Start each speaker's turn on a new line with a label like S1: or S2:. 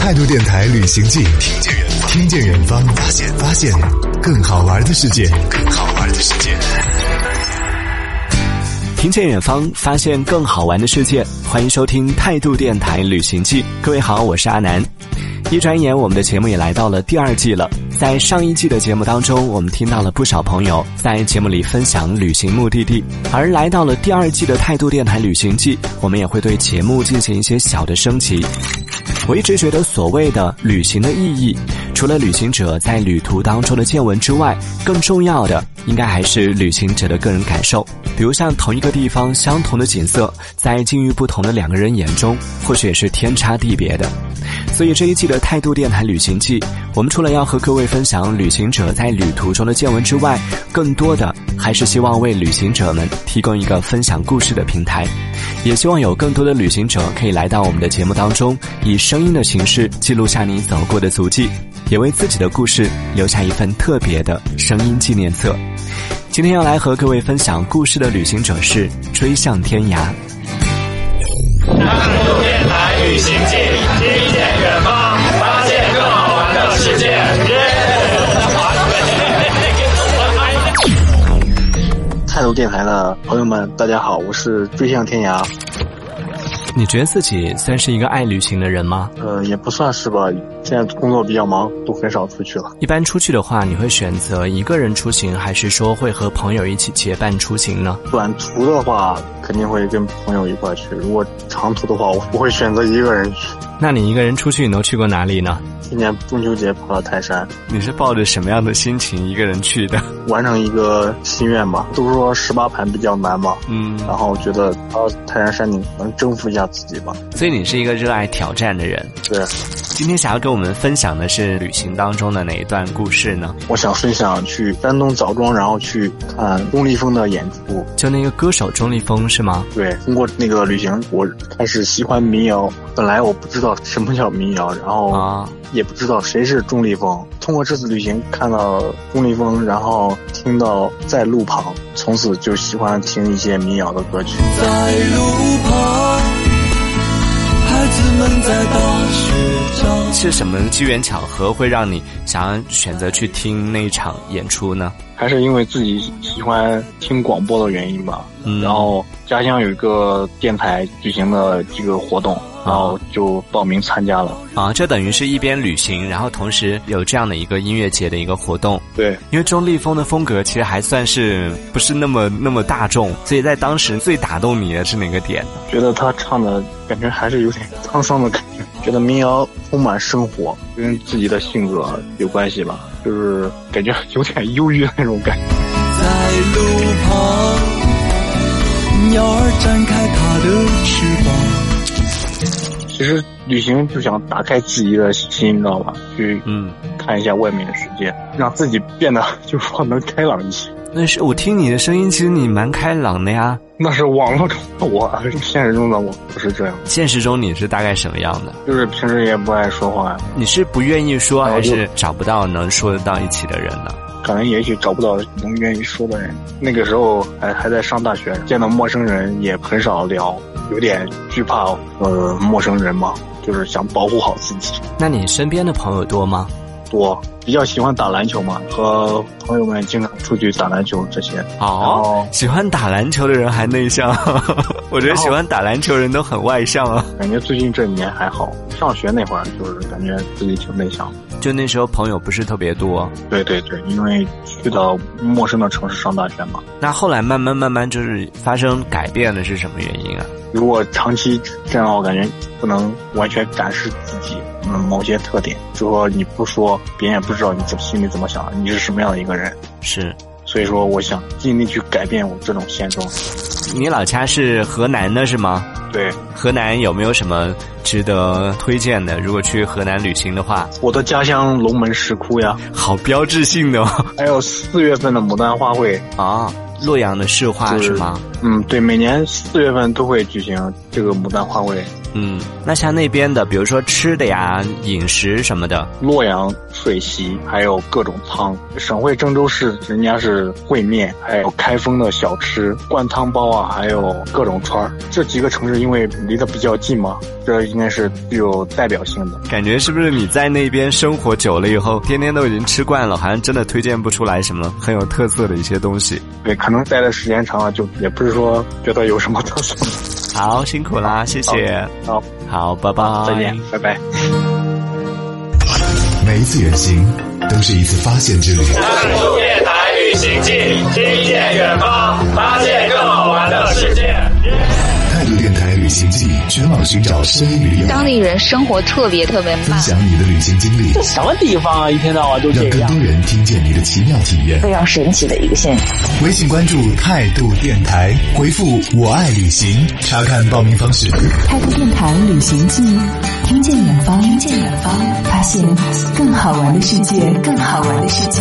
S1: 态度电台旅行记，听见远方，听见远方，发现发现更好玩的世界，更好玩的世界。
S2: 听见远方，发现更好玩的世界。欢迎收听《态度电台旅行记》，各位好，我是阿南。一转眼，我们的节目也来到了第二季了。在上一季的节目当中，我们听到了不少朋友在节目里分享旅行目的地，而来到了第二季的《态度电台旅行记》，我们也会对节目进行一些小的升级。我一直觉得，所谓的旅行的意义，除了旅行者在旅途当中的见闻之外，更重要的应该还是旅行者的个人感受。比如像同一个地方、相同的景色，在境遇不同的两个人眼中，或许也是天差地别的。所以这一季的态度电台旅行记，我们除了要和各位分享旅行者在旅途中的见闻之外，更多的还是希望为旅行者们提供一个分享故事的平台，也希望有更多的旅行者可以来到我们的节目当中，以声音的形式记录下你走过的足迹，也为自己的故事留下一份特别的声音纪念册。今天要来和各位分享故事的旅行者是追向天涯。
S3: 态度电台旅行记，听见远方，发现更好玩的世界。
S4: 泰斗电台的朋友们，大家好，我是追向天涯，
S2: 你觉得自己算是一个爱旅行的人吗？
S4: 呃，也不算是吧，现在工作比较忙，都很少出去了。
S2: 一般出去的话，你会选择一个人出行，还是说会和朋友一起结伴出行呢？
S4: 短途的话，肯定会跟朋友一块去；如果长途的话，我我会选择一个人去。
S2: 那你一个人出去，你都去过哪里呢？
S4: 今年中秋节跑了泰山，
S2: 你是抱着什么样的心情一个人去的？
S4: 完成一个心愿吧。都说十八盘比较难嘛，
S2: 嗯，
S4: 然后觉得到泰山山顶能征服一下自己吧。
S2: 所以你是一个热爱挑战的人。
S4: 对，
S2: 今天想要跟我们分享的是旅行当中的哪一段故事呢？
S4: 我想分享去山东枣庄，然后去看钟立风的演出。
S2: 就那个歌手钟立风是吗？
S4: 对，通过那个旅行，我开始喜欢民谣。本来我不知道什么叫民谣，然后
S2: 啊，
S4: 也不知道谁是钟立风。通过这次旅行，看到钟立风，然后听到在路旁，从此就喜欢听一些民谣的歌曲。
S5: 在路旁，孩子们在大学长。
S2: 是什么机缘巧合会让你想要选择去听那一场演出呢？
S4: 还是因为自己喜欢听广播的原因吧。
S2: 嗯
S4: 然后家乡有一个电台举行的这个活动，然后就报名参加了。
S2: 啊，这等于是一边旅行，然后同时有这样的一个音乐节的一个活动。
S4: 对，
S2: 因为钟立风的风格其实还算是不是那么那么大众，所以在当时最打动你的是哪个点？
S4: 觉得他唱的感觉还是有点沧桑的感觉，觉得民谣充满生活，跟自己的性格有关系吧，就是感觉有点忧郁那种感觉。
S5: 在路旁，鸟儿展开它的翅膀。
S4: 其实旅行就想打开自己的心，你知道吧？去
S2: 嗯，
S4: 看一下外面的世界，让自己变得就是说能开朗一些。
S2: 那是我听你的声音，其实你蛮开朗的呀。
S4: 那是网络中的我，现实中的我不是这样，
S2: 现实中你是大概什么样的？
S4: 就是平时也不爱说话，
S2: 你是不愿意说，
S4: 哎
S2: 还
S4: 我就是
S2: 找不到能说得到一起的人呢？
S4: 可能也许找不到能愿意说的人。那个时候还还在上大学，见到陌生人也很少聊，有点惧怕呃陌生人嘛，就是想保护好自己。
S2: 那你身边的朋友多吗？
S4: 我比较喜欢打篮球嘛，和朋友们经常出去打篮球这些。
S2: 哦，喜欢打篮球的人还内向， 我觉得
S4: 然后
S2: 喜欢打篮球的人都很外向啊。
S4: 感觉最近这一年还好，上学那会儿就是感觉自己挺内向的。
S2: 就那时候朋友不是特别多，
S4: 对对对，因为去到陌生的城市上大学嘛，
S2: 那后来慢慢慢慢就是发生改变的是什么原因啊？
S4: 如果长期这样，我感觉不能完全展示自己，嗯，某些特点，就说你不说，别人也不知道你怎么心里怎么想，你是什么样的一个人。
S2: 是
S4: 所以说，我想尽力去改变我这种现状。
S2: 你老家是河南的是吗？
S4: 对，
S2: 河南有没有什么值得推荐的？如果去河南旅行的话，
S4: 我的家乡龙门石窟呀，
S2: 好标志性的 哦
S4: 还有四月份的牡丹花卉，
S2: 啊！洛阳的市话
S4: 就是
S2: 是吗？
S4: 嗯，对，每年四月份都会举行这个牡丹花卉。
S2: 嗯，那像那边的，比如说吃的呀、饮食什么的，
S4: 洛阳水席，还有各种汤。省会郑州市人家是烩面，还有开封的小吃、灌汤包啊，还有各种串儿。这几个城市因为离得比较近嘛，这应该是具有代表性的。
S2: 感觉是不是你在那边生活久了以后，天天都已经吃惯了，好像真的推荐不出来什么很有特色的一些东西。
S4: 对，可能待的时间长了，就也不是说觉得有什么特色。
S2: 好，辛苦啦，谢谢。
S4: 好，
S2: 好，拜拜，
S4: 再见，拜拜。
S1: 每一次远行都是一次发现之旅，
S3: 态度电台旅行记，听见远方，发现更好玩的世界。
S1: 态度电台旅行记全网寻找声音旅游，
S6: 当地人生活特别特别
S1: 分
S6: 慢。
S1: 享你的旅行经历，
S7: 什么地方啊，一天到晚都这
S1: 让更
S7: 样。
S1: 多人听见你的奇妙体验。
S8: 非常神奇的一个现象。
S1: 微信关注态度电台，回复“我爱旅行”，查看报名方式。
S9: 态度电台旅行记，听见远方，听见远方，发现更好玩的世界，更好玩的世界。